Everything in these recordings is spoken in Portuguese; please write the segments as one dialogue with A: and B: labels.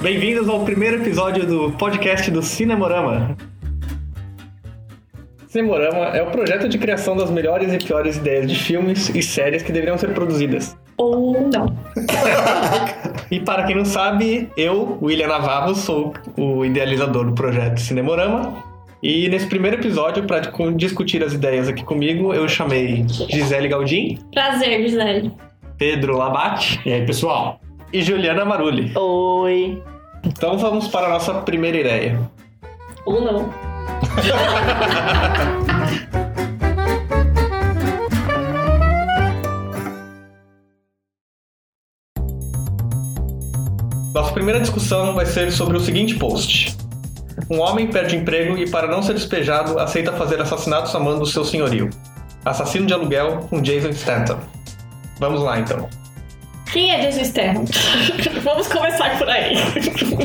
A: Bem-vindos ao primeiro episódio do podcast do Cinemorama. Cinemorama é o projeto de criação das melhores e piores ideias de filmes e séries que deveriam ser produzidas.
B: Ou não.
A: E para quem não sabe, eu, William Navarro, sou o idealizador do projeto Cinemorama. E nesse primeiro episódio, para discutir as ideias aqui comigo, eu chamei Gisele Galdin,
B: Prazer, Gisele.
A: Pedro Labate
C: E aí, pessoal?
A: e Juliana Marulli.
D: Oi.
A: Então vamos para a nossa primeira ideia.
B: Ou não.
A: Nossa primeira discussão vai ser sobre o seguinte post. Um homem perde emprego e, para não ser despejado, aceita fazer assassinatos amando o seu senhorio. Assassino de aluguel com Jason Statham. Vamos lá, então.
B: Quem é Jesus Terra? Vamos começar por aí.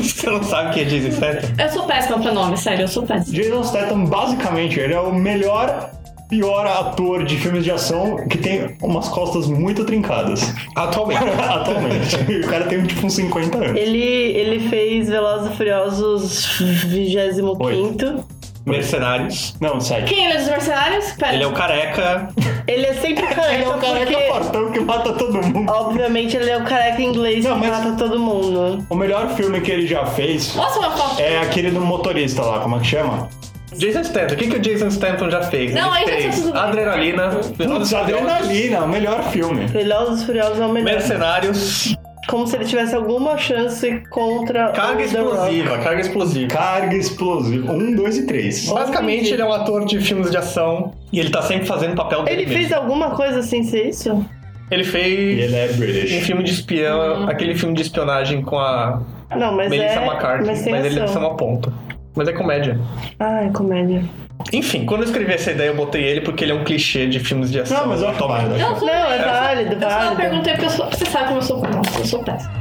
A: Você não sabe quem é Jason Statham?
B: Eu sou péssima pra nome, sério, eu sou péssima.
C: Jason Statham, basicamente, ele é o melhor, pior ator de filmes de ação que tem umas costas muito trincadas.
A: Atualmente.
C: Atualmente. o cara tem, tipo, uns 50 anos.
D: Ele, ele fez Velozes e Furiosos 25
A: Mercenários.
C: Não, sério.
B: Quem é dos mercenários? Pera.
A: Ele é o careca.
D: Ele é sempre careca,
C: Ele é o careca
D: porque...
C: fortão que mata todo mundo.
D: Obviamente ele é o careca inglês
C: Não,
D: que
C: mas-
D: mata todo mundo.
C: O melhor filme que ele já
A: um
C: fez
B: Mostra uma foto.
C: é aquele do motorista lá, como é que chama?
A: Jason Statham. O que, que o Jason Statham já fez?
B: Não,
A: Ele
B: aí já tá
A: fez
B: tudo bem.
A: Adrenalina.
C: Putz,
A: é um
C: Adrenalina, o melhor filme.
D: Velozes e Furiosos é o melhor.
A: Mercenários.
D: Como se ele tivesse alguma chance contra
A: Carga
D: o The Rock.
A: explosiva. Carga explosiva.
C: Carga explosiva. Um, dois e três.
A: Basicamente, ele é um ator de filmes de ação e ele tá sempre fazendo papel dele
D: Ele fez
A: mesmo.
D: alguma coisa sem ser isso?
A: Ele
C: E
A: fez
C: ele é
A: um
C: British.
A: filme de espião, aquele filme de espionagem com a
D: Não, Ah. mas
A: Melissa
D: é...
A: McCarthy,
D: mas
A: mas,
D: sem
A: ele deve ser
D: ação.
A: uma ponta. Mas é comédia.
D: Ai, comédia.
A: Enfim, quando eu escrevi essa ideia, eu botei ele porque ele é um clichê de filmes de ação.
C: Não, mas eu acho
A: Toma.
C: válido.
B: Não,
D: Não, é válido,
B: Eu só
D: válido.
B: perguntei porque eu sou... você sabe como eu sou péssima. Eu sou péssima.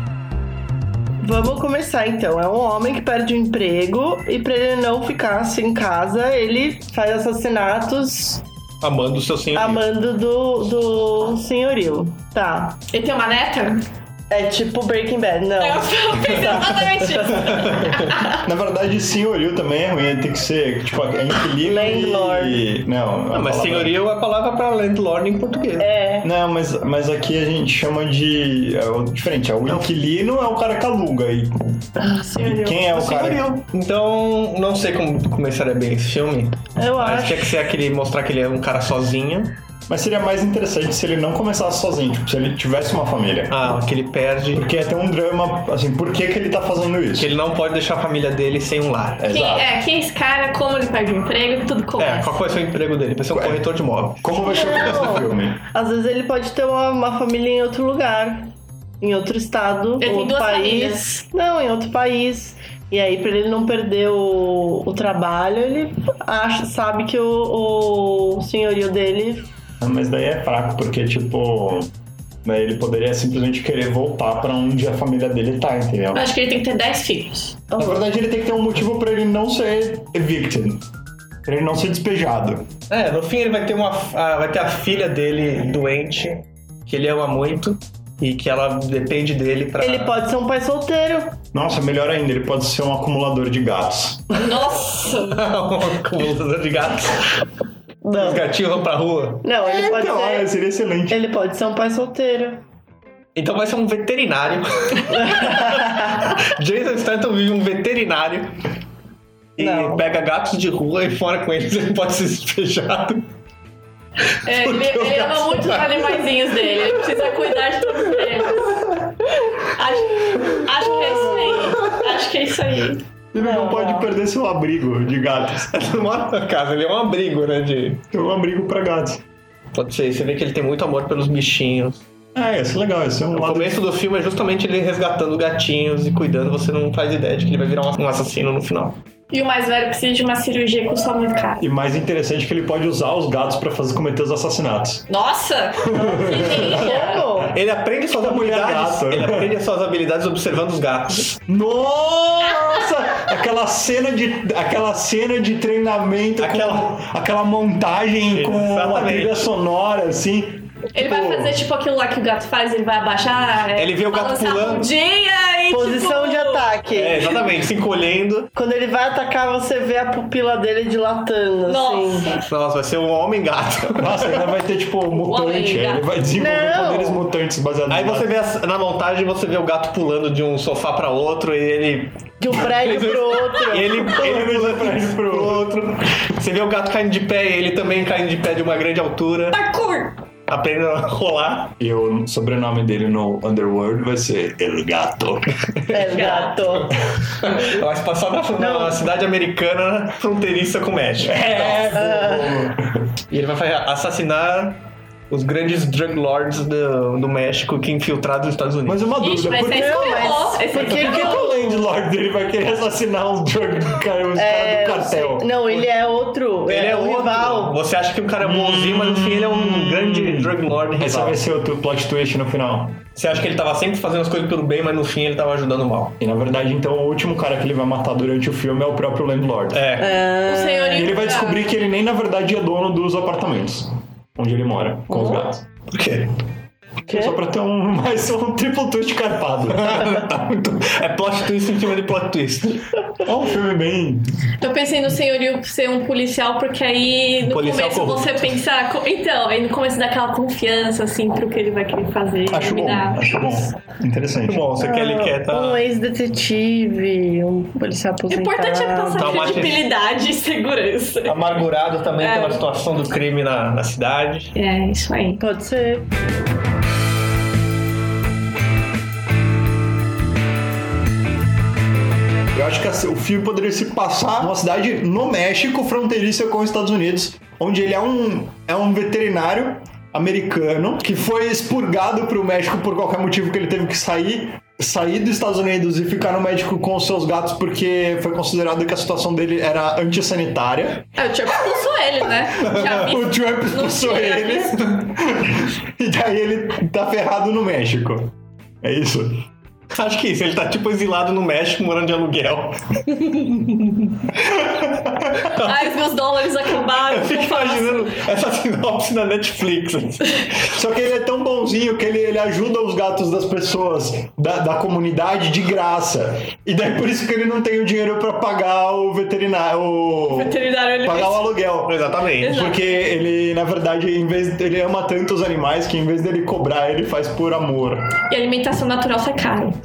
D: Vamos começar então. É um homem que perde o emprego e pra ele não ficar assim em casa, ele faz assassinatos
A: Amando o seu senhor.
D: amando do, do senhorio. Tá.
B: Ele tem uma neta?
D: É tipo Breaking Bad,
B: Eu
D: não.
B: pensei exatamente isso.
C: Na verdade, senhorio também é ruim. Ele tem que ser, tipo, é inquilino
D: Landlord.
C: e... Não,
A: Não,
C: a
A: mas
C: palavra-
A: senhorio é a palavra pra landlord em português.
D: É.
C: Não, mas, mas aqui a gente chama de... É o- diferente. É o inquilino é o cara que aluga. E, e
D: Senhorio.
C: quem é o cara...
A: Senhorio. Então, não sei como começaria bem esse filme.
D: Eu
A: Mas
D: acho.
A: tinha que ser aquele mostrar que ele é um cara sozinho.
C: Mas seria mais interessante se ele não começasse sozinho. Tipo, se ele tivesse uma família.
A: Ah, que ele perde.
C: Porque ia ter um drama, assim, por que que ele tá fazendo
A: Que
C: isso?
A: ele não pode deixar a família dele sem um lar.
B: Quem
C: Exato.
B: é, quem é esse cara? Como ele perde o emprego? Tudo
A: É,
B: começa.
A: qual vai ser o emprego dele? Vai ser um
C: Ué.
A: corretor de imóvel.
C: Como vai ser o começo do
D: Não.
C: filme?
D: Às vezes ele pode ter uma, uma família em outro lugar, em outro
A: é
D: estado,
B: Ele tem
D: em outro
B: duas
D: país.
B: famílias.
D: Não, em outro país. E aí, pra ele não perder o, o trabalho, ele acha, sabe que o, o senhorio dele
C: Ah, Mas daí é fraco, porque, tipo... Daí ele poderia simplesmente querer voltar pra onde a família dele tá, entendeu?
B: Eu acho que ele tem que ter 10 filhos.
C: Na verdade, ele tem que ter um motivo pra ele não ser evicted. Pra ele não ser despejado.
A: É, no fim ele vai ter uma. A, vai ter a filha dele doente, que ele ama muito, e que ela depende dele pra.
D: Ele pode ser um pai solteiro.
C: Nossa, melhor ainda, ele pode ser um acumulador de gatos.
B: Nossa!
A: Com luta de gatos. Os
D: Não.
A: gatinhos vão pra rua.
D: Não, ele pode
C: Então, é,
D: ser.
C: seria excelente.
D: Ele pode ser um pai solteiro.
A: Então vai ser um veterinário. Jason Statham vive um veterinário. E
D: Não.
A: pega gatos de rua e fora com eles, ele pode ser despejado.
B: É, ele,
A: Porque tá-
B: ele
A: eu
B: ama
A: gasto
B: muito os
A: mais.
B: animaizinhos dele, ele precisa cuidar de todos eles. Acho, acho que é isso aí. Acho que é isso aí.
C: Ele não,
D: Não,
C: pode
D: não.
C: perder seu abrigo de gatos.
A: Ele não mora na casa, ele é um abrigo, né? De...
C: Tem um abrigo pra gatos.
A: Pode ser, você vê que ele tem muito amor pelos bichinhos.
C: Ah, isso é legal, isso é um
A: O
C: lado...
A: começo do filme é justamente ele resgatando gatinhos e cuidando, você não faz ideia de que ele vai virar um assassino no final.
B: E o mais velho precisa de uma cirurgia que custa muito caro.
C: E mais interessante é que ele pode usar os gatos pra fazer cometer os assassinatos.
B: Nossa! Que delícia!
D: Como?
A: Ele aprende suas
C: mulher
A: habilidades.
C: gata.
A: Ele aprende suas habilidades observando os gatos.
C: Nossa! Aquela cena de, aquela cena de treinamento,
A: Aquela-
C: aquela, aquela montagem com uma
A: Exatamente.
C: trilha sonora, assim.
B: Ele vai fazer tipo aquilo lá que o gato faz, ele vai abaixar. é,
A: Ele vê o gato
B: balançar a
A: pulando.
B: bundinha e. tipo,
D: Posição de ataque.
A: É, exatamente, se encolhendo.
D: Quando ele vai atacar, você vê a pupila dele dilatando, assim.
B: Nossa.
A: Nossa, vai ser um homem gato.
C: Nossa, ainda vai ter tipo mutante.
B: amiga.
C: Ele vai desenvolver
D: Não.
C: poderes mutantes baseados
A: Aí
C: no
A: você vê as- na montagem, você vê o gato pulando de um sofá pra outro e ele.
D: De um prédio pro outro.
A: e ele,
C: é
A: ele pulando
C: tá
A: pra ele pro outro. Você vê o gato caindo de pé e ele também caindo de pé de uma grande altura,
B: Parkour!
A: aprendendo a rolar.
C: E o sobrenome dele no Underworld vai ser El Gato.
D: É, gato.
A: Vai se passar na, na cidade americana fronteiriça com o México. E ele vai fazer- assassinar os grandes drug lords do, do México que infiltraram os Estados Unidos.
C: Mas uma
B: Ixi,
C: dúvida,
B: mas
C: por
B: esse
C: que,
B: é
D: Não,
B: escorregou.
D: mas-
B: Esse
D: porque-
C: por que que
B: escorregou.
C: o landlord dele vai querer assassinar um drug cara, os
D: É,
C: caras do cartel?
D: Não, ele é outro.
A: Ele é,
D: um
A: outro.
D: rival.
A: Você acha que o cara é bonzinho, mas no fim ele é um grande drug lord
C: Essa
A: rival.
C: vai ser o tu- plot twist no final.
A: Você acha que ele tava sempre fazendo as coisas pelo bem, mas no fim ele tava ajudando o mal.
C: E na verdade, então, o último cara que ele vai matar durante o filme é o próprio landlord.
A: É.
B: O
C: E
B: senhorinho.
C: ele vai
B: do gato.
C: descobrir que ele nem na verdade é dono dos apartamentos onde ele mora, com os
B: Oh.
C: gatos.
A: Por quê?
D: Quê?
C: Só pra ter um, mais um triplo twist carpado.
A: Tá muito- É plot twist em cima de plot twist.
C: é um filme bem.
B: Eu pensei no senhorio ser um policial, porque aí no
A: Um Policial
B: começo
A: corrupto.
B: você pensa. co- Então, aí no começo dá aquela confiança, assim, pro que ele vai querer fazer. né,
C: Acho bom,
B: dominar.
C: acho bom. Interessante.
A: Bom, você quer, ele quer, tá?
D: Um ex-detetive, um policial
B: O
D: aposentado.
B: importante é passar
A: Tá uma
B: credibilidade e segurança.
A: Amargurado também
B: É.
A: pela situação do crime na, na cidade.
B: É, isso aí.
D: Pode ser.
C: Eu acho que assim, o filme poderia se passar numa cidade no México, fronteiriça com os Estados Unidos, onde ele é um, é um veterinário americano que foi expurgado para o México por qualquer motivo que ele teve que sair. Sair dos Estados Unidos e ficar no México com os seus gatos porque foi considerado que a situação dele era antissanitária.
B: Ah, o Trump expulsou ele, né? Já vi.
C: O Trump expulsou
B: tinha
C: ele.
B: visto.
C: e daí ele tá ferrado no México. É isso.
A: Acho que isso, ele tá tipo exilado no México, morando de aluguel.
B: Ai, os meus dólares acabaram.
A: Eu fico
B: eu faço.
A: imaginando essa sinopse na Netflix. assim.
C: Só que ele é tão bonzinho que ele, ele ajuda os gatos das pessoas, da, da comunidade, de graça. E daí por isso que ele não tem o dinheiro pra pagar o veterinário. O...
B: Veterinário, ele
C: Pagar o
B: fez-
C: aluguel.
A: Exatamente.
C: Porque ele, na verdade, em vez ele ama tanto os animais que em vez dele cobrar, ele faz por amor.
B: E alimentação natural sai caro.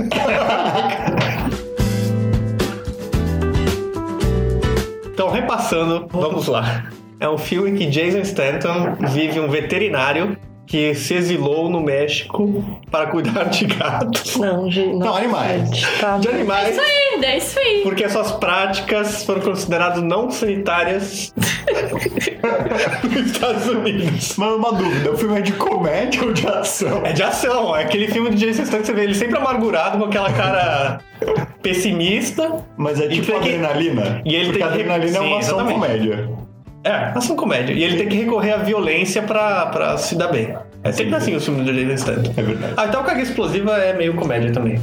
A: Então, repassando, vamos lá. É um filme que Jason Stanton vive um veterinário que se exilou no México para cuidar de gatos.
D: Não, gente.
C: Não,
D: nossa,
C: animais.
D: gente, tá
A: De animais,
B: Ih, É isso aí.
A: porque suas práticas foram consideradas não sanitárias nos Estados Unidos.
C: Mas uma dúvida, o filme é de comédia ou de ação?
A: É de ação, é aquele filme do Jason Stanton, você vê ele sempre amargurado, com aquela cara pessimista.
C: Mas é
A: E
C: tipo
A: tem que-
C: adrenalina.
A: e ele
C: porque
A: tem que-
C: adrenalina é
A: Sim,
C: uma ação
A: exatamente.
C: comédia.
A: É, ação comédia. E ele tem que recorrer à violência pra, pra se dar bem. É sempre assim o filme do Jason Stanton.
C: É verdade,
A: Ah, então o Carga Explosiva é meio comédia também.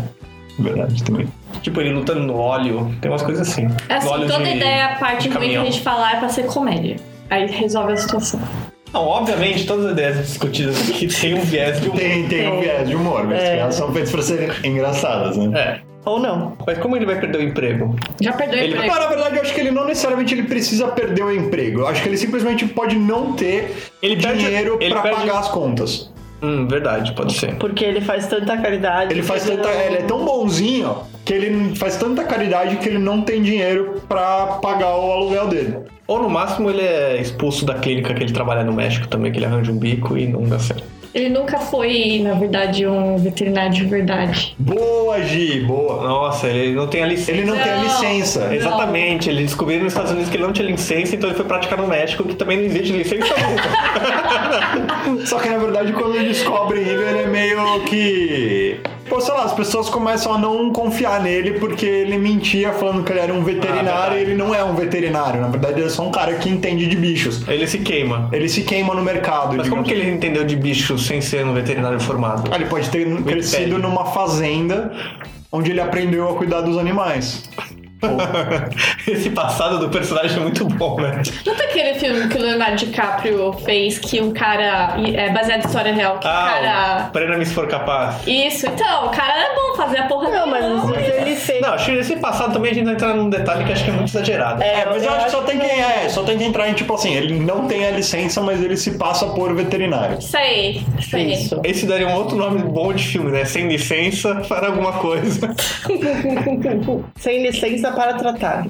C: é verdade também.
A: Tipo, ele lutando no óleo, tem umas coisas assim.
B: Assim,
A: no óleo
B: toda
A: de-
B: ideia, a parte
A: de
B: ruim que a
A: caminhão.
B: gente falar é pra ser comédia. Aí resolve a situação.
A: Não, obviamente, todas as ideias discutidas aqui tem um viés de É. um...
C: Tem, tem um viés de humor, mas que elas são feitas pra serem engraçadas, né?
A: É.
D: Ou não.
A: Mas como ele vai perder o emprego?
B: Já perdeu o
A: Ele-
B: emprego.
C: Mas, na verdade, eu acho que ele não necessariamente ele precisa perder o emprego. Eu acho que ele simplesmente pode não ter
A: Ele perde-
C: dinheiro
A: ele
C: pra
A: perde-
C: pagar as contas.
A: Hum, verdade, pode ser.
D: Porque ele faz tanta caridade.
C: Ele faz
D: que
C: tanta,
D: não-
C: ele é tão bonzinho que ele faz tanta caridade que ele não tem dinheiro pra pagar o aluguel dele.
A: Ou no máximo ele é expulso da clínica que ele trabalha no México também, que ele arranja um bico e não dá certo.
B: Ele nunca foi, na verdade, um veterinário de verdade.
C: Boa, Gi, boa.
A: Nossa, ele não tem a licença.
C: Ele não, tem a
B: Não.
C: licença.
B: Ele-
A: Exatamente, ele descobriu nos Estados Unidos que ele não tinha licença, então ele foi praticar no México, que também não existe licença alguma.
C: Só que na verdade, quando ele descobre ele, ele é meio que. Pô, sei lá, as pessoas começam a não confiar nele porque ele mentia falando que ele era um veterinário
A: verdade.
C: e ele não é um veterinário. Na verdade, ele é só um cara que entende de bichos.
A: ele se queima.
C: Ele se queima no mercado.
A: Mas como
C: digamos.
A: que ele entendeu de bicho sem ser um veterinário formado?
C: Ah, ele pode ter crescido numa fazenda onde ele aprendeu a cuidar dos animais.
A: Esse passado do personagem é muito bom, né?
B: Não tem aquele filme que o Leonardo DiCaprio fez que um cara. É baseado em história real. Que o
A: Ah,
B: cara.
A: o Prenda-me se for capaz.
B: Isso, então, o cara é bom fazer a porra
D: Não,
B: dele, né?
D: mas às vezes ele fez.
A: Não, acho que esse passado também a gente vai entrar num detalhe que acho que é muito exagerado.
D: É,
C: É, mas eu
D: eu
C: acho que só
D: acho
C: tem que, é, só tem que entrar em, tipo assim, ele não tem a licença, mas ele se passa por veterinário.
B: Isso aí, isso aí.
D: é Isso.
A: Esse daria um outro nome bom de filme, né? Sem licença para alguma coisa.
D: Sem licença para tratar.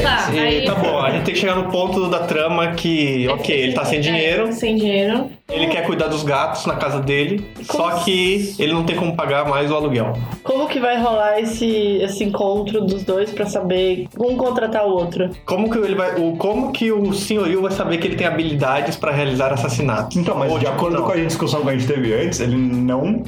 B: Tá,
A: E
B: aí.
A: tá bom, a gente tem que chegar no ponto da trama que, ok, ele tá sem
B: É,
A: dinheiro,
B: sem dinheiro.
A: ele quer cuidar dos gatos na casa dele, só que ele não tem como pagar mais o aluguel.
D: Como que vai rolar esse, esse encontro dos dois pra saber um contratar o outro?
A: Como que ele vai. O, como que o senhorio vai saber que ele tem habilidades pra realizar assassinatos?
C: Então, mas
A: Ou,
C: de
A: tipo,
C: acordo
A: não.
C: com a discussão que a gente teve antes, ele não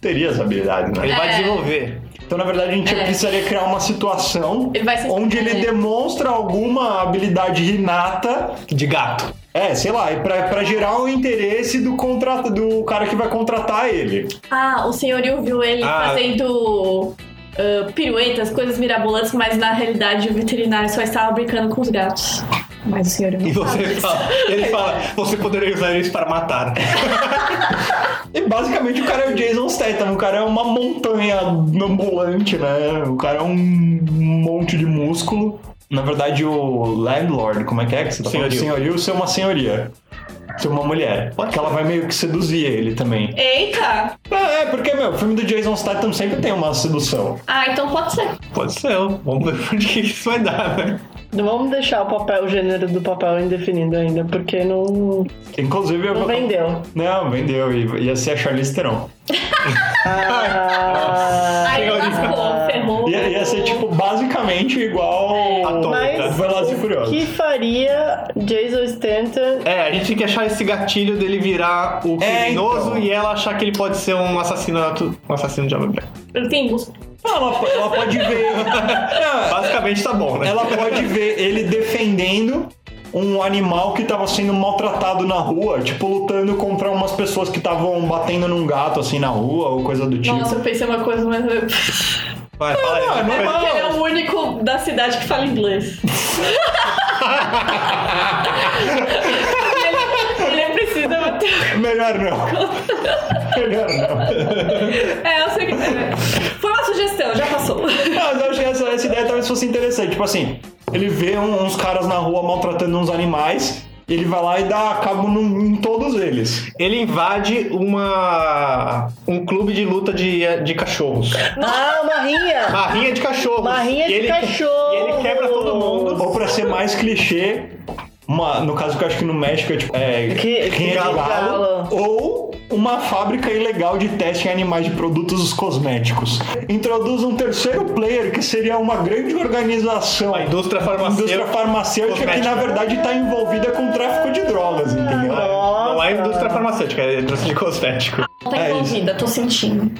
C: teria as habilidades, né?
A: Ele vai
B: É.
A: desenvolver.
C: Então, na verdade, a gente
B: É.
C: precisaria criar uma situação
B: Ele vai se-
C: onde ele
B: é.
C: demonstra alguma habilidade inata,
A: De gato.
C: é, sei lá, e pra, pra gerar o interesse do, contrata, do cara que vai contratar ele.
B: Ah, o senhorio viu ele
A: Ah.
B: fazendo ah, piruetas, coisas mirabolantes, mas na realidade o veterinário só estava brincando com os gatos. Mas o senhorio não
A: E você
B: sabe disso.
A: fala, ele fala, você poderia usar isso para matar.
C: E basicamente o cara é o Jason Statham, o cara é uma montanha ambulante, né? O cara é um monte de músculo. Na verdade, o landlord, como é que é que você tá falando?
A: Senhorio.
C: Senhorio ser uma senhoria. Ser uma mulher. Porque ela vai meio que seduzir ele também.
B: Eita!
C: É, é, porque, meu, o filme do Jason Statham sempre tem uma sedução.
B: Ah, então pode ser.
A: Pode ser, vamos ver onde que isso vai dar, né?
D: Não vamos deixar o papel, o gênero do papel indefinido ainda, porque não,
C: Inclusive...
D: não
C: eu...
D: vendeu.
C: Não, vendeu. e- Ia ser a Charlize Theron.
D: Ah,
B: Aí
A: senhorio.
B: lascou, ferrou.
C: Ia, ia ser, tipo, basicamente igual...
A: A
D: mas
A: tonta.
C: Velozes e
D: o
C: Furiosos.
D: que faria Jason Stanton?
A: É, a gente tem que achar esse gatilho dele virar o
C: É,
A: criminoso
C: então.
A: e ela achar que ele pode ser um assassinato, um assassino de homem branco.
B: Ele tem músculo.
C: Não, ela, ela pode ver... Não,
A: Basicamente tá bom, né?
C: Ela pode ver ele defendendo um animal que tava sendo maltratado na rua, tipo lutando contra umas pessoas que estavam batendo num gato assim na rua ou coisa do tipo.
B: Nossa, eu pensei uma coisa, mas. eu-
A: Vai, fala aí.
C: Não, não,
A: Vai.
C: não.
B: Ele é o único da cidade que fala inglês. ele, ele precisa bater.
C: Melhor não. Melhor não.
B: É, eu sei que. Foi uma sugestão, já passou.
C: Mas eu achei essa, essa ideia talvez fosse interessante. Tipo assim, ele vê um- uns caras na rua maltratando uns animais. e Ele vai lá e dá cabo num- em todos eles.
A: Ele invade uma um clube de luta de, de cachorros.
D: Ah, uma rinha!
A: Uma rinha de cachorros.
D: Uma rinha
A: E
D: de
A: ele-
D: cachorro.
A: E ele quebra todo mundo.
C: Ou pra ser mais clichê, uma- no caso que eu acho que no México é tipo. É,
D: Que-
C: quem é
D: que
C: galo,
D: galo.
C: Ou uma fábrica ilegal de teste em animais de produtos cosméticos. Introduz um terceiro player que seria uma grande organização.
A: A indústria farmacêutica.
C: Indústria farmacêutica que na
A: Cosmética.
C: verdade está envolvida com tráfico de drogas, entendeu?
A: Não é indústria farmacêutica, é indústria de cosmético.
B: Não tá
C: É isso.
B: envolvida, tô sentindo.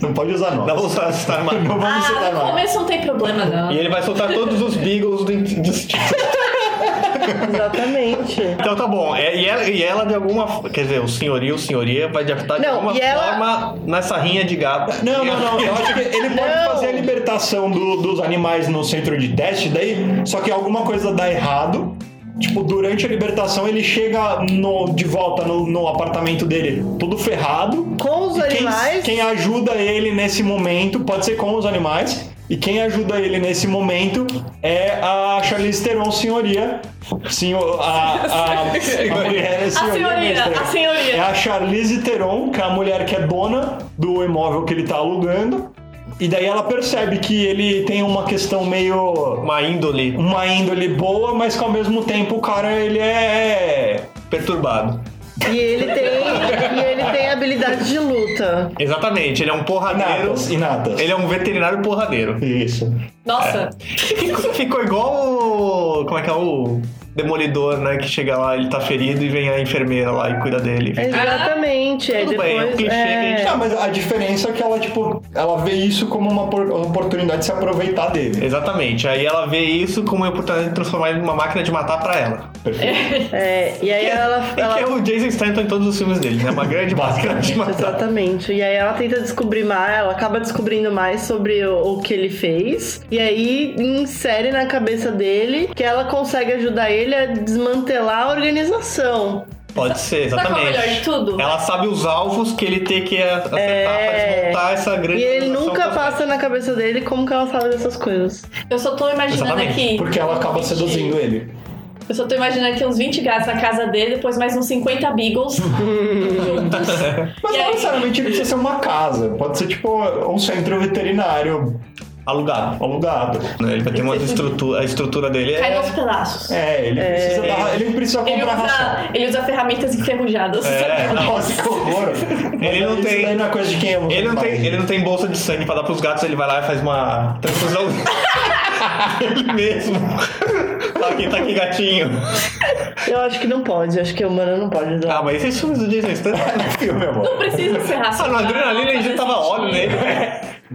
C: Não pode usar nome.
A: Não vou usar essa arma.
C: Não vamos
B: Ah,
C: citar
B: no
C: nome.
B: começo não tem problema, não.
A: E ele vai soltar todos os beagles do do-
D: Exatamente.
A: Então tá bom. É, E ela, e ela de alguma quer dizer, o senhorio, o senhoria vai de de
D: Não,
A: alguma
D: e ela-
A: forma nessa rinha de gato.
C: Não, não, não. Eu acho que ele pode
D: Não.
C: fazer a libertação do- dos animais no centro de teste, daí. Só que alguma coisa dá errado. Tipo, durante a libertação ele chega no- de volta no, no apartamento dele, tudo ferrado.
D: Com os
C: E quem-
D: animais.
C: Quem, ajuda ele nesse momento, pode ser com os animais. E quem ajuda ele nesse momento é a Charlize Theron, senhoria. Senhor, a, a, a mulher é senhoria.
B: senhoria,
C: mestra.
B: a senhoria.
C: É a Charlize Theron, que é a mulher que é dona do imóvel que ele tá alugando. E daí ela percebe que ele tem uma questão meio...
A: Uma índole
C: Uma índole boa, mas que ao mesmo tempo o cara, ele é...
A: perturbado.
D: E ele tem. e ele tem habilidade de luta.
A: Exatamente, ele é um porradeiro.
C: Inatas, inatas.
A: Ele é um veterinário
C: é.
A: porradeiro.
C: Isso.
B: Nossa,
A: Ficou igual o. Como é que é o. demolidor, né? Que chega lá, ele tá ferido e vem a enfermeira lá e cuida dele.
D: Exatamente. aí
A: Ah, Tudo bem, é um
D: depois.
A: clichê que a gente
C: Ah, mas a diferença é que ela, tipo, ela vê isso como uma por- uma oportunidade de se aproveitar dele.
A: Exatamente. Aí ela vê isso como uma oportunidade de transformar ele numa máquina de matar pra ela.
C: Perfeito.
D: é, e aí ela.
A: É
D: ela-
A: que é o Jason Stanton em todos os filmes dele, né? Uma grande máquina de matar.
D: Exatamente. E aí ela tenta descobrir mais, ela acaba descobrindo mais sobre o, o que ele fez. E aí insere na cabeça dele que ela consegue ajudar ele a desmantelar a organização.
A: Pode ser,
B: Sabe qual é o
A: exatamente.
B: melhor de tudo?
A: Ela sabe os alvos que ele tem que a- acertar pra
D: É.
A: desmontar essa grande
D: E ele
A: organização
D: nunca
A: total.
D: passa na cabeça dele como que ela sabe dessas coisas.
B: Eu só tô imaginando
A: Exatamente,
B: aqui.
C: Porque ela acaba seduzindo ele.
B: Eu só tô imaginando aqui uns 20 gatos na casa dele, depois mais uns 50 beagles. juntos.
C: Mas
B: E
C: não
B: aí?
C: necessariamente ele precisa ser uma casa. Pode ser, tipo, um centro veterinário
A: Alugado.
C: alugado.
A: né? Ele vai ter uma estrutura. A estrutura dele
B: Cai
A: é.
B: nos pedaços.
C: É, ele precisa dar, ele precisa
B: Ele
C: comprar ração.
B: usa, ele usa ferramentas enferrujadas.
A: É, não.
C: Nossa, que horror.
A: Ele não
C: Isso
A: tem-
C: daí não é coisa de quem é
A: Ele não, tem, ele não tem bolsa de sangue pra dar pros gatos, ele vai lá e faz uma transfusão. ele mesmo. Tá aqui, tá aqui, gatinho.
D: Eu acho que não pode, acho que o humano não pode
A: Ah,
D: ajudar.
A: mas esses filmes do Jason Stanton.
C: Filme, amor.
B: Não precisa ser
A: Ah,
B: racional.
A: na adrenalina ele injetava óleo nele.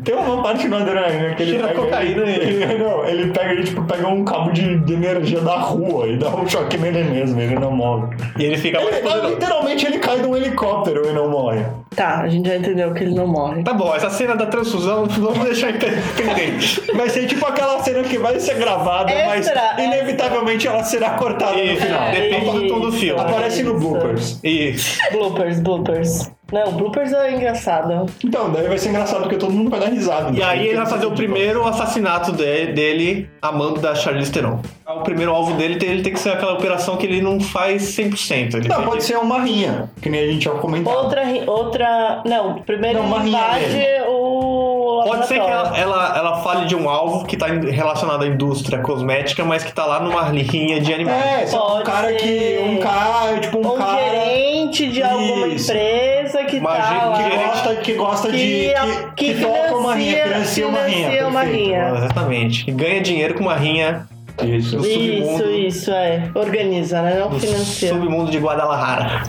C: Tem uma parte no adrenalina né, que é ele
A: Cheira
C: pega.
A: cocaína
C: ele,
A: nele.
C: ele- não, ele pega, ele tipo, pega um cabo de, de energia da rua e dá um choque nele mesmo, ele não morre.
A: E ele fica mais
C: Ele- não,
A: poderoso.
C: literalmente ele cai de um helicóptero e não morre.
A: Ah.
D: Tá, a gente já entendeu que ele não morre.
A: Tá bom, essa cena da transfusão, vamos deixar pendente.
C: Vai ser tipo aquela cena que vai ser gravada,
D: Extra,
C: mas inevitavelmente ela será cortada no
A: Isso,
C: final.
A: depende do tom do
C: Tá
A: filme.
C: Aparece no
D: Isso.
C: bloopers.
A: Isso.
D: Bloopers, bloopers. Não, bloopers é engraçado.
C: Então, daí vai ser engraçado porque todo mundo vai dar risada. né? Tipo,
A: E aí ele vai fazer o primeiro assassinato de- dele amando da Charlize Theron. O primeiro alvo dele tem, ele tem que ser aquela operação que ele não faz 100%. Ele
C: Não,
A: tem
C: pode
A: que-
C: ser uma rinha, que nem a gente já comentou.
D: Outra. ri- outra não, primeiro
C: Não, uma
D: ele
C: rinha
D: invade o.
A: Pode ser que
D: laboratório.
A: ela, ela, ela fale de um alvo que tá em- relacionado à indústria cosmética, mas que tá lá numa linha de animais.
C: É, só um
D: Pode
C: cara que.
D: ser.
C: Um cara, tipo, um,
D: um
C: cara.
D: gerente de alguma
C: Isso.
D: empresa que
A: Uma
D: tá
A: gente
D: lá,
A: que
C: que gosta, que gosta de.
D: a-
C: Que, que toca uma rinha, financia uma rinha.
D: é- financia uma
C: perfeito.
D: rinha.
A: Ah, Exatamente. E ganha dinheiro com uma rinha
C: Isso.
A: do submundo.
D: Isso, isso, é. Organiza, né? Não
A: do
D: financia.
A: submundo de Guadalajara.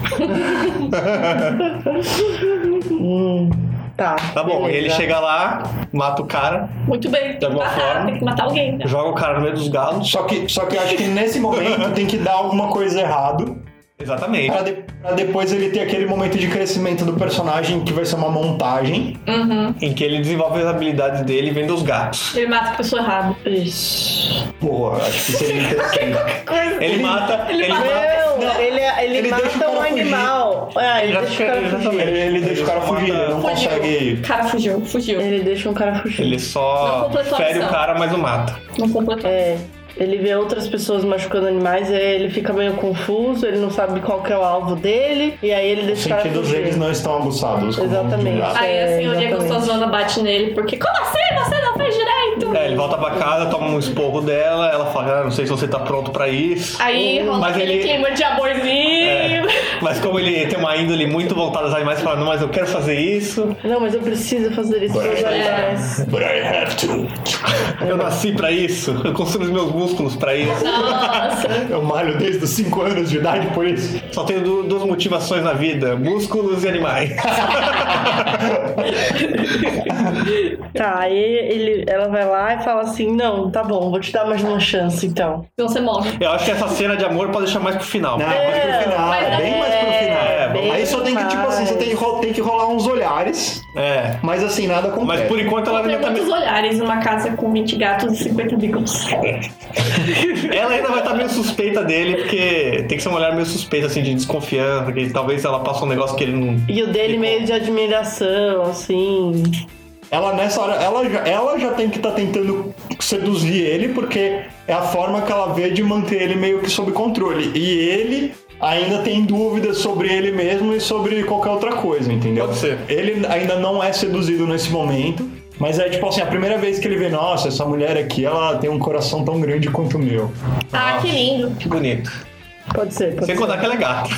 D: Hum, tá.
A: Tá bom,
D: beleza.
A: ele chega lá, mata o cara,
B: Muito bem.
A: De alguma
B: Ah,
A: forma.
B: Tem que matar alguém.
D: É.
B: né?
A: joga o cara no meio dos galos.
C: Só que, só que eu acho que nesse momento tem que dar alguma coisa errado
A: Exatamente.
C: pra, de- pra depois ele ter aquele momento de crescimento do personagem que vai ser uma montagem.
B: Uhum.
D: É.
A: Em que ele desenvolve as habilidades dele vendo os gatos.
B: Ele mata a pessoa errada.
D: Ixi.
C: Pô, acho que seria interessante.
A: Ele mata. Ele,
D: Não,
A: mata.
D: ele, ele,
C: ele deixa o
D: mata
C: cara
D: um
C: fugir.
D: animal. Ah, ele
A: Já
D: deixa o
A: fica-
D: cara fugir.
A: exatamente.
C: Ele, ele deixa o cara
A: Ele só
C: fugir, ele
A: mata-
C: não
B: Fugiu.
C: consegue.
B: O cara fugiu, fugiu.
D: Ele deixa um cara fugir.
A: Ele
B: Não
A: só
B: completou a
A: fere o
B: missão.
A: cara, mas não mata.
B: Não completou.
D: É, ele vê outras pessoas machucando animais, aí ele fica meio confuso, ele não sabe qual que é o alvo dele, e aí ele
C: Os
D: deixa o cara
C: sentidos
D: fugir.
C: deles não estão aguçados. como
D: Exatamente.
C: um gato.
B: Aí
D: É,
B: assim, o Diego
D: exatamente.
B: Sozona bate nele, porque como assim? Você não fez direito?
A: É, ele volta pra casa, toma um esporro dela, ela fala, ah, não sei se você tá pronto pra isso.
B: Aí rola
A: Mas
B: aquele
A: ele-
B: clima de amorzinho.
A: Mas como ele tem uma índole muito voltada aos animais, fala, não, mas eu quero fazer isso,
D: Não, mas eu preciso fazer isso
A: É.
D: para os
B: É.
D: animais.
C: But I have to.
A: eu nasci pra isso, eu construí os meus músculos pra isso.
B: Nossa.
C: Eu malho desde os 5 anos de idade por isso.
A: Só tenho du- duas motivações na vida, músculos e animais.
D: Tá, aí ele, ela vai lá e fala assim: não, tá bom, vou te dar mais uma chance então.
B: Então você morre.
A: Eu acho que essa cena de amor pode deixar mais pro final.
C: Não, mais pro final,
B: mas-
C: bem mais pro final.
A: É,
D: bem
C: Aí só tem que, tipo assim, você tem que, ro- tem que rolar uns olhares,
A: É.
C: mas assim, nada acontece.
A: Mas por enquanto ela
B: Tem
A: ainda tá
B: muitos
A: meio...
B: olhares numa casa com 20 gatos e 50 bicos.
A: Ela ainda vai estar meio suspeita dele, porque tem que ser uma olhar meio suspeita, assim, de desconfiança, que talvez ela passe um negócio que ele não.
D: E o dele meio de admiração, assim.
C: Ela nessa hora, ela já, ela já tem que estar tentando seduzir ele, porque é a forma que ela vê de manter ele meio que sob controle. E ele ainda tem dúvidas sobre ele mesmo e sobre qualquer outra coisa, entendeu?
A: Pode ser.
C: Ele ainda não é seduzido nesse momento. Mas é tipo assim, a primeira vez que ele vê, nossa, essa mulher aqui, ela tem um coração tão grande quanto o meu.
B: Ah, que lindo.
A: Que bonito.
D: Pode ser, pode
A: Sem
D: ser.
A: contar que ela é gata.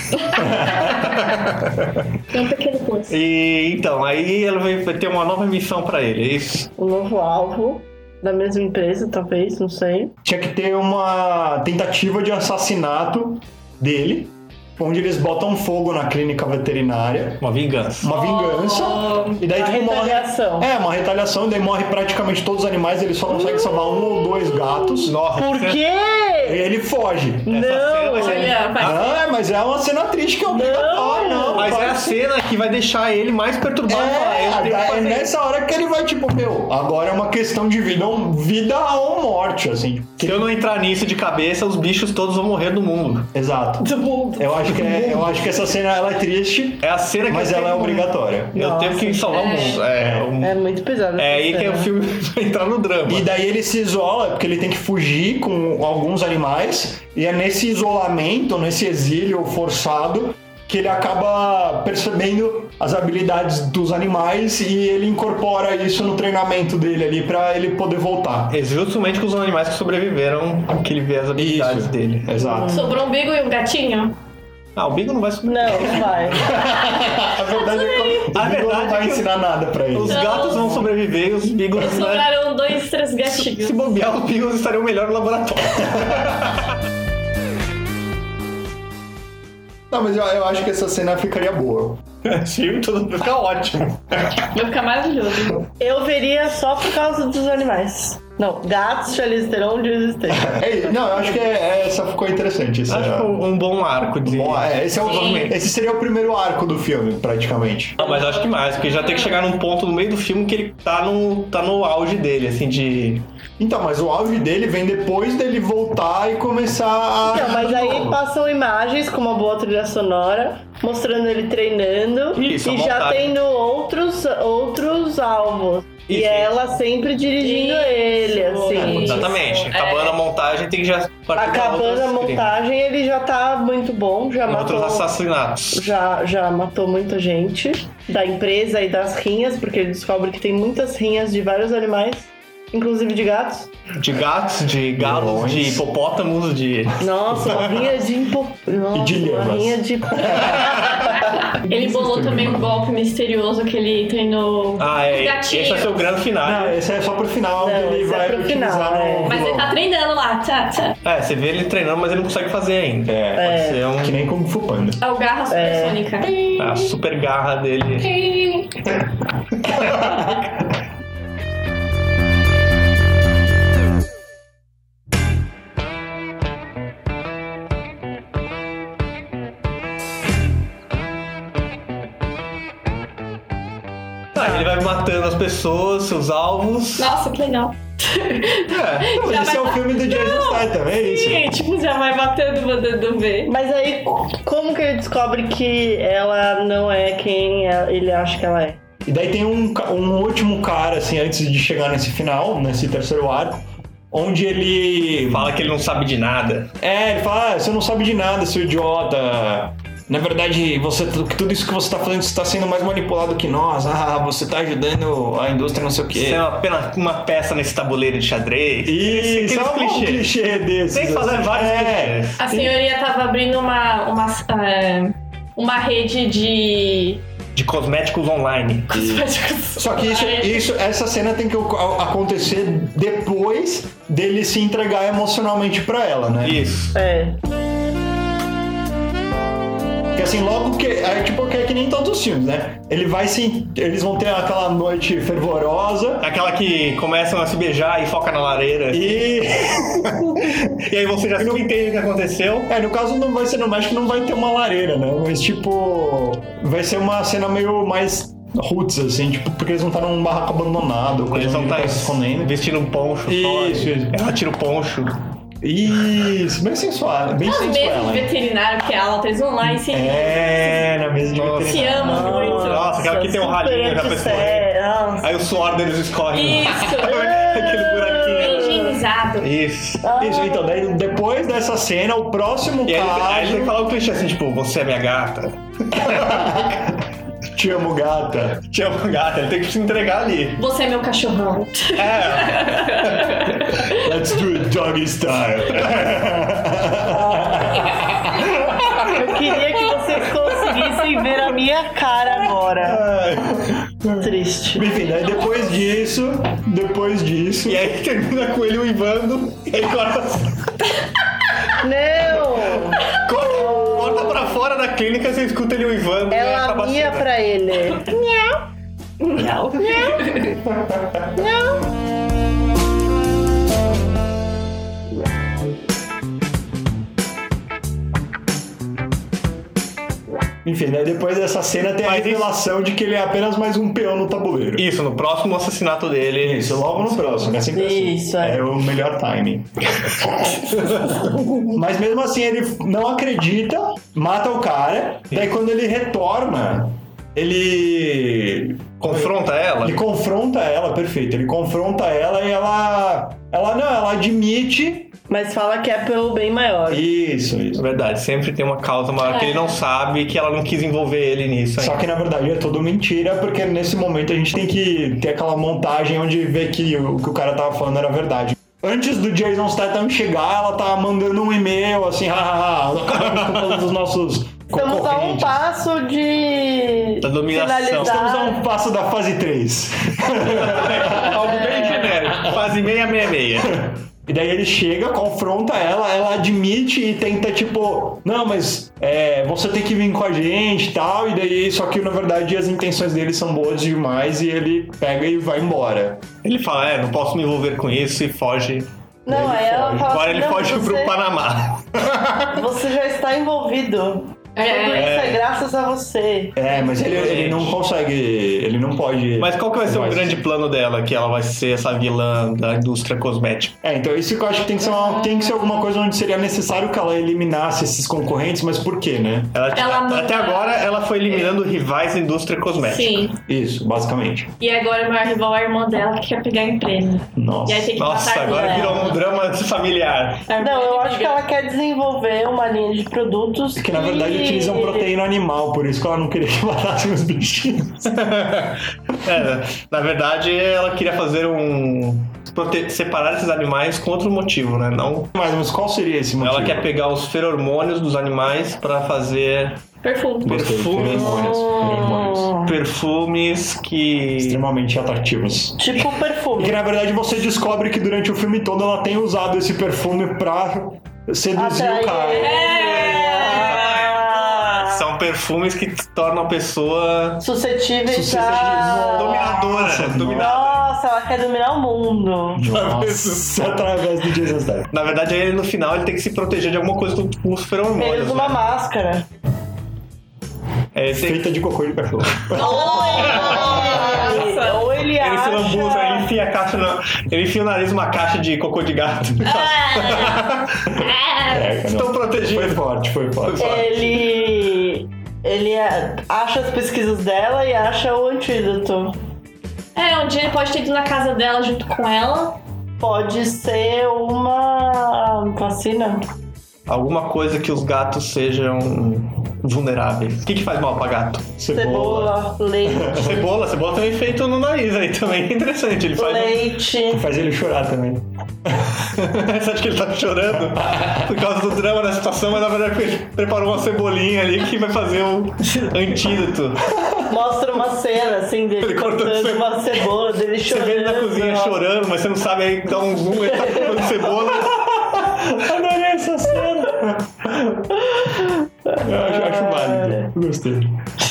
B: Tem um pequeno coisa.
A: E então, aí ela vai vai ter uma nova missão pra ele, é isso?
D: Um novo alvo. da mesma empresa, talvez, não sei.
C: Tinha que ter uma tentativa de assassinato dele, onde eles botam fogo na clínica veterinária.
A: Uma vingança.
C: Uma vingança. e daí,
D: a
C: tipo, morre.
D: retaliação.
C: É, uma retaliação, e daí morre praticamente todos os animais, ele só consegue salvar um ou dois gatos.
A: Nossa.
D: Por quê?
C: E ele foge.
A: cena,
D: Não,
A: gente.
B: Olha, faz
C: Ah, mas é uma cena triste que é obrigatória, não.
A: Mas é a cena que vai deixar ele mais perturbado. Falar, eu
C: É,
A: tenho que
C: é
A: fazer isso.
C: nessa hora que ele vai, tipo, meu, agora é uma questão de vida ou, vida ou morte, assim.
A: Se eu não entrar nisso de cabeça, os bichos todos vão morrer do mundo.
C: Exato.
D: do
A: Tipo,
D: mundo.
C: Eu acho que, é- eu acho que essa cena ela é triste,
A: É a cena que
C: mas
A: eu
C: ela é
A: tenho- um-
C: obrigatória.
A: Eu tenho que
D: Nossa.
A: salvar o mundo. É, um-
D: É muito pesado.
A: é
D: essa
A: aí que
D: cena.
A: o filme vai entrar no drama.
C: E daí ele se isola, é porque ele tem que fugir com alguns animais, e é nesse isolamento, nesse exílio forçado, que ele acaba percebendo as habilidades dos animais e ele incorpora isso no treinamento dele ali pra ele poder voltar.
A: É justamente com os animais que sobreviveram que ele vê as habilidades
C: Isso.
A: dele.
C: Exato.
B: Sobrou um bigo e um gatinho?
A: Ah, o Bigo não vai sobreviver.
D: Não, vai.
C: A verdade é que o
A: A
C: Igor não
A: verdade é
C: vai
A: que-
C: ensinar nada pra ele.
A: Os
B: Não.
A: gatos vão sobreviver e os Bigos... Né?
B: Sobraram dois, três gatinhos.
A: Se bobear, os Bigos estariam melhor no laboratório.
C: É. Não, mas eu, eu acho que essa cena ficaria boa.
A: Sim, tudo vai ficar ótimo.
B: Vai ficar maravilhoso.
D: Eu veria só por causa dos animais. Não, gatos, Charlize Theron, Julius Theron.
C: É isso. não, eu acho que é- é- essa ficou interessante. Essa,
A: Acho que um um bom arco de...
C: Bom, é, esse, é o-
B: Sim.
C: esse seria o primeiro arco do filme, praticamente.
A: Não, mas acho que mais, porque já tem que chegar num ponto no meio do filme que ele tá no, tá no auge dele, assim, de.
C: Então, mas o auge dele vem depois dele voltar e começar a.
D: Não, Então, mas aí
C: Não.
D: passam imagens com uma boa trilha sonora, mostrando ele treinando
A: Isso,
D: e
A: a
D: já
A: montagem.
D: tendo outros, outros alvos. E
A: Isso.
D: ela sempre dirigindo
B: Isso.
D: ele, assim.
B: Isso.
A: Exatamente. Acabando a montagem, tem que já partir É, pra
D: Acabando
A: outros
D: a
A: crimes,
D: montagem, ele já tá muito bom, já
A: Outros
D: matou.
A: assassinatos.
D: Já, já matou muita gente da empresa e das rinhas, porque ele descobre que tem muitas rinhas de vários animais, inclusive de gatos.
A: De gatos, de galos,
C: Leões.
A: de hipopótamos, de.
D: Nossa, uma rinha de impo... Nossa,
C: de
D: uma
C: lhamas.
D: rinha de
B: Ele bolou também um golpe misterioso que ele treinou.
A: Ah, é.
B: Gatinhos.
A: Esse vai ser o grande final.
C: Não, esse é só pro final
D: Não,
C: que ele
D: esse é
C: vai
D: pro
C: utilizar
D: final,
C: no.
D: é.
B: Mas ele tá treinando lá, tá, tá.
A: É, você vê ele treinando, mas ele não consegue fazer ainda.
C: É,
A: Pode ser um.
C: que nem Kung Fu Panda.
B: É o garra supersônica.
A: A super garra dele. Ah, ele vai matando as pessoas, seus alvos.
B: Nossa, que legal.
A: É.
C: Não,
B: Já vai
C: esse é o
D: tá-
B: lá.
C: filme do Jason Statham, é isso.
B: Sim, tipo, já vai matando, mandando ver.
D: Mas aí, como que ele descobre que ela não é quem a- ele acha que ela é?
C: E daí tem um, ca- um último cara, assim, antes de chegar nesse final, nesse terceiro arco, onde ele.
A: Fala que ele não sabe de nada.
C: É, ele fala, ah, você não sabe de nada, seu idiota. Na verdade, você, tudo isso que você tá fazendo, você tá sendo mais manipulado que nós. Ah, você tá ajudando a indústria, não sei o
A: Você
C: quê.
A: é apenas uma peça nesse tabuleiro de xadrez.
C: Isso,
A: Aqueles
C: é um clichê,
A: clichês.
C: clichê desses.
A: Sem falar
C: assim.
A: vários
C: É.
A: clichês.
B: A senhoria tava abrindo uma. uma, ah, uma rede de
A: De cosméticos online.
B: cosméticos.
C: Só que isso, isso- essa cena tem que o- acontecer depois dele se entregar emocionalmente pra ela, né?
A: Isso.
D: É.
C: Porque assim, logo que. É tipo que é que nem todos os filmes, né? Ele vai se. Eles vão ter aquela noite fervorosa
A: Aquela que começam a se beijar e foca na lareira. E,
C: e.
A: aí você já não entende o que aconteceu.
C: É, no caso não vai ser no México, não vai ter uma lareira, né? Mas tipo. Vai ser uma cena meio mais roots, assim, tipo, porque eles vão estar num barraco abandonado,
A: Eles
C: coisa
A: vão
C: onde
A: estar
C: tá se escondendo.
A: vestindo um poncho.
C: Isso,
A: só.
C: isso.
A: Ela tira o poncho.
C: Isso, bem sensual, bem
B: Os mesmos
C: sensual, hein?
B: veterinários que a Alta, eles vão lá e se.
C: É, Ah, na mesa de
A: Nossa.
C: veterinário.
B: Se amam muito.
A: Nossa, aquela que tem um
D: super
A: ralinho já pra
D: antissé- Nossa.
A: Aí o suor deles escorre. no-
B: Isso!
A: Aquele
B: Bem
A: buraquinho.
B: higienizado.
A: Isso.
C: Isso, então, daí, depois dessa cena, o próximo
A: E aí, ele- aí ele tem que
C: caso.
A: falar um clichê assim, tipo, você é minha gata.
C: Te amo, gata.
A: Te amo, gata. Ele tem que se entregar ali.
B: Você é meu cachorrão.
A: É.
C: Let's do it doggy style.
D: Eu queria que vocês conseguissem ver a minha cara agora. Triste.
C: Enfim, daí depois disso, depois disso.
A: E aí termina com ele uivando, e aí corta,
D: Não!
A: corta, corta pra fora da clínica, você escuta ele uivando. e aí acaba
D: Ela
A: a
D: mia
A: cena.
D: pra ele.
B: Não.
C: Enfim, daí depois dessa cena tem a
A: Mas isso-
C: revelação de que ele é apenas mais um peão no tabuleiro.
A: Isso, no próximo assassinato dele.
C: Isso, logo no próximo, é sempre assim.
D: Isso, é.
C: É o melhor timing. mas mesmo assim, ele não acredita, mata o cara, daí quando ele retorna, ele.
A: Confronta ela?
C: Ele confronta ela, perfeito. Ele confronta ela e ela. Ela não, ela admite.
D: Mas fala que é pelo bem maior.
C: Isso, isso.
A: Verdade, sempre tem uma causa maior que
D: É.
A: ele não sabe e que ela não quis envolver ele nisso ainda.
C: Só que na verdade é tudo mentira, porque nesse momento a gente tem que ter aquela montagem onde vê que o que o cara tava falando era verdade. Antes do Jason Statham chegar, ela tava mandando um e-mail assim, hahaha, acabamos com todos os nossos
D: Estamos a um
C: concorrentes.
D: passo de.
A: Da dominação.
D: finalizar.
C: Estamos a um passo da fase 3.
A: Algo bem genérico, quase meia, meia, meia.
C: E daí ele chega, confronta ela, ela admite e tenta, tipo, não, mas é, você tem que vir com a gente e tal. E daí, só que na verdade as intenções dele são boas demais e ele pega e vai embora.
A: Ele fala, é, não posso me envolver com isso e foge.
D: Não, aí ela fala.
A: Agora
D: assim,
A: ele
D: não,
A: foge
D: você,
A: pro Panamá.
D: Você já está envolvido. Tudo
B: É,
D: isso é graças a você.
C: É, mas ele,
A: Gente.
C: ele não consegue. Ele não pode.
A: Mas qual que vai ser o
C: Mas-
A: grande plano dela? Que ela vai ser essa vilã da indústria cosmética.
C: É, então isso que eu acho que tem que ser, uma- tem que ser alguma coisa onde seria necessário que ela eliminasse esses concorrentes, mas por quê, né?
A: Ela-
B: Ela manda-
A: Até agora, ela foi eliminando rivais da indústria cosmética.
B: sim.
C: Isso, basicamente.
B: E agora o maior rival é a irmã dela que quer pegar emprego.
C: Nossa.
B: E aí tem que
A: Nossa,
B: matar
A: agora
B: ela.
A: virou um drama familiar.
B: A irmã
D: Não, eu acho que
B: briga.
D: ela quer desenvolver uma linha de produtos.
C: Que na verdade utilizam proteína animal, por isso que ela não queria que matassem os bichinhos.
A: É, na verdade, ela queria fazer um. prote- separar esses animais com outro motivo, né? Não.
C: Mas, mas qual seria esse motivo?
A: Ela quer pegar os feromônios dos animais pra fazer
B: Perfume.
C: Gostei,
A: Perfumes.
C: feromônios, feromônios.
A: perfumes que.
C: Extremamente atrativos.
D: Tipo
C: E
D: perfume.
C: que na verdade você descobre que durante o filme todo ela tem usado esse perfume pra seduzir
D: Atrair.
C: o cara.
D: Ah,
A: São perfumes que te tornam a pessoa
D: Suscetíveis
C: Suscetíveis.
D: a.
A: dominadora.
C: nossa,
A: dominada.
D: Nossa, ela quer dominar o mundo.
C: Nossa, através do Jesus Dead.
A: Na verdade, ele, no final ele tem que se proteger de alguma coisa com com os
D: Ele
A: feromônios.
D: usa uma
A: Né?
D: máscara.
A: É, ele tem-
C: Feita de cocô de cachorro.
B: Nossa.
D: Ou ele
A: ele se
D: acha...
A: lambuza, ele enfia a caixa na- Ele enfia o nariz numa caixa de cocô de gato.
B: Ah.
C: É, cara,
A: Estão
C: não. Foi
A: protegidos.
C: forte, foi forte.
D: É, Ele... Ele a- acha as pesquisas dela e acha o antídoto.
B: É, um dia ele pode ter ido na casa dela junto com ela.
D: Pode ser uma vacina.
A: Alguma coisa que os gatos sejam vulneráveis. O que, que faz mal pra gato?
D: Cebola, leite,
A: Cebola, cebola também é feito no nariz aí também. É interessante, ele faz.
D: leite.
C: Faz ele chorar também.
A: Você acha que ele tá chorando por causa do drama da situação, mas na verdade ele preparou uma cebolinha ali que vai fazer um antídoto.
D: Mostra uma cena assim dele
A: Ele cortando
D: cortando
A: cebola.
D: uma cebola, dele
A: Você
D: chorando.
A: vê ele na cozinha chorando, mas você não sabe aí dá um zoom, ele tá comendo cebola.
C: Adorei essa cena. Eu acho, acho válido. Gostei.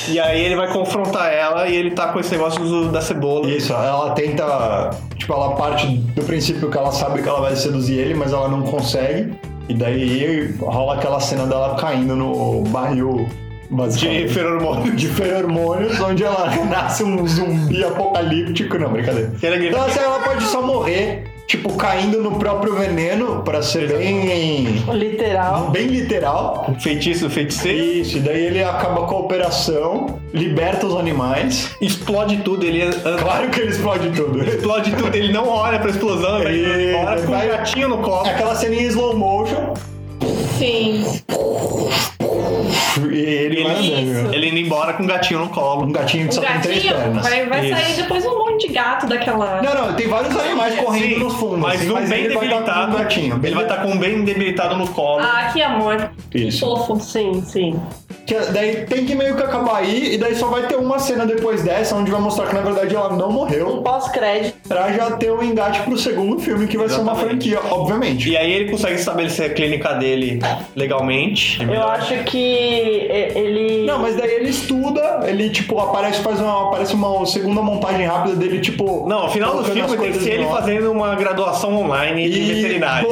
A: E aí ele vai confrontar ela e ele tá com esse negócio do- da cebola.
C: Isso, ela tenta. Tipo, ela parte do princípio que ela sabe que ela vai seduzir ele, mas ela não consegue. E daí rola aquela cena dela caindo no barril.
A: de
C: basicamente,
A: feromônio.
C: De feromônios, onde ela nasce um zumbi apocalíptico. Não, brincadeira.
A: Ela grita,
C: Então, assim, ela pode só morrer, tipo, caindo no próprio veneno, pra ser bem.
D: Literal.
C: bem literal.
A: um Feitiço, feiticeiro.
C: Isso, e daí ele acaba com a operação, liberta os animais.
A: Explode tudo, ele anda-
C: Claro que ele explode tudo.
A: explode tudo, ele não olha pra explosão, ele
C: Ele
A: olha com um
C: vai-
A: gatinho no colo.
C: É Aquela cena em slow motion
B: Sim.
C: e ele, vai
B: Isso.
C: andando.
A: Ele indo embora com um gatinho no colo.
C: Um gatinho que
B: O
C: só tem três
B: gatinho
C: pernas.
B: vai, vai
A: Isso.
B: sair depois um monte de gato daquela.
C: Não, não, tem vários animais correndo
A: Sim,
C: nos fundos.
A: Mas
C: assim,
A: um bem
C: ele vai estar com
A: debilitado. tá
C: Um gatinho.
A: ele vai estar com um bem debilitado no colo.
B: Ah, que amor. Que
C: Isso.
B: fofo.
D: Sim, sim.
C: Que é, daí tem que meio que acabar aí, e daí só vai ter uma cena depois dessa, onde vai mostrar que na verdade ela não morreu,
D: Um pós-crédito.
C: pra já ter o engate pro segundo filme, que vai ser uma
A: Exatamente.
C: franquia, obviamente.
A: E aí ele consegue estabelecer a clínica dele legalmente.
D: Eu acho que e- ele.
C: Não, mas daí ele estuda, ele tipo aparece, faz uma, aparece uma segunda montagem rápida dele, tipo.
A: Não, o final do
C: colocando
A: filme
C: as
A: tem que
C: coisas
A: ser
C: em
A: ele
C: ordem.
A: fazendo uma graduação online de veterinário.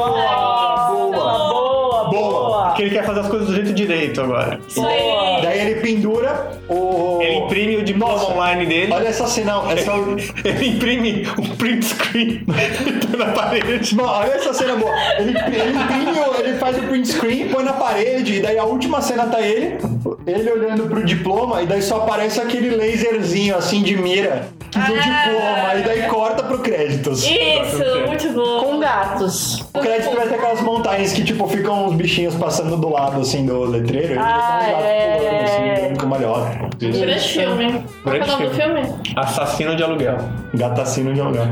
C: Boa! Boa!
D: Boa, boa,
C: Boa.
A: Porque ele quer fazer as coisas do jeito direito agora.
B: Isso aí.
C: Daí ele pendura o.
A: Ele imprime o diploma
C: Nossa.
A: online dele. é
C: Olha essa cena. Essa...
A: Ele imprime um print screen na parede.
C: Não, olha essa cena boa. Ele, ele imprime, o- ele faz o print screen, põe na parede, e daí a última cena tá ele, ele olhando pro diploma, e daí só aparece aquele laserzinho assim de mira do diploma, e daí corta pro créditos.
B: Ah. Isso, muito bom.
D: Com um gatos.
C: O crédito vai ter aquelas montanhas que, tipo, ficam uns bichinhos passando do lado, assim, do letreiro. e
D: Ah,
C: eles dão um gato
D: é.
C: pulando, assim, muito malhota.
B: Grande filme. Qual é o nome do filme?
A: Assassino de aluguel.
C: Gatacino de aluguel.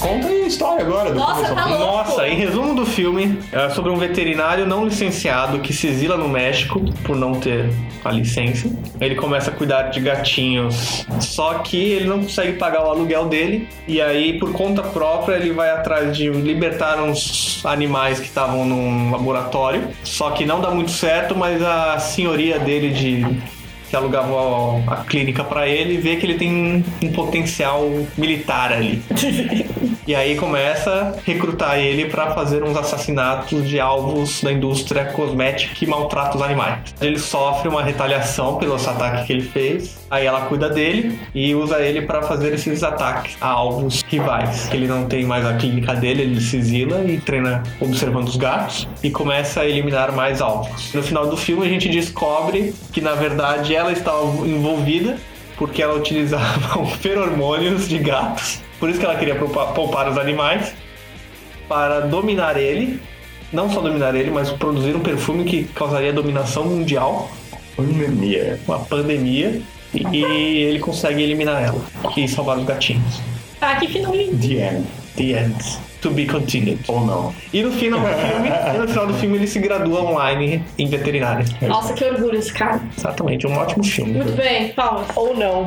C: Conta aí a história agora. Do
B: Nossa,
C: começo ao
B: tá
C: fim.
B: louco.
A: Nossa, em resumo do filme, é sobre um veterinário não licenciado que se exila no México por não ter a licença. Ele começa a cuidar de gatinhos, só que ele não consegue pagar o aluguel dele. E aí, por conta própria, ele vai atrás de libertar uns animais que estavam num laboratório. Só que não dá muito certo, mas a senhoria dele de que alugava a clínica pra ele, vê que ele tem um potencial militar ali. E aí começa a recrutar ele pra fazer uns assassinatos de alvos da indústria cosmética que maltrata os animais. Ele sofre uma retaliação pelo esse ataque que ele fez. Aí ela cuida dele e usa ele pra fazer esses ataques a alvos rivais. Ele não tem mais a clínica dele, ele se exila e treina observando os gatos e começa a eliminar mais alvos. No final do filme a gente descobre que na verdade ela estava envolvida porque ela utilizava feromônios de gatos. Por isso que ela queria poupa- poupar os animais para dominar ele, não só dominar ele, mas produzir um perfume que causaria dominação mundial,
C: um Pandemia.
A: uma pandemia, e- e ele consegue eliminar ela e salvar os gatinhos.
B: Ah, que final lindo.
C: The end.
A: The end. To be continued.
C: Ou não.
A: E no final do filme, e no final do filme ele se gradua online em veterinária.
B: Nossa, que orgulho esse cara.
A: Exatamente, um ótimo filme.
B: Muito bem, palmas.
D: Ou não.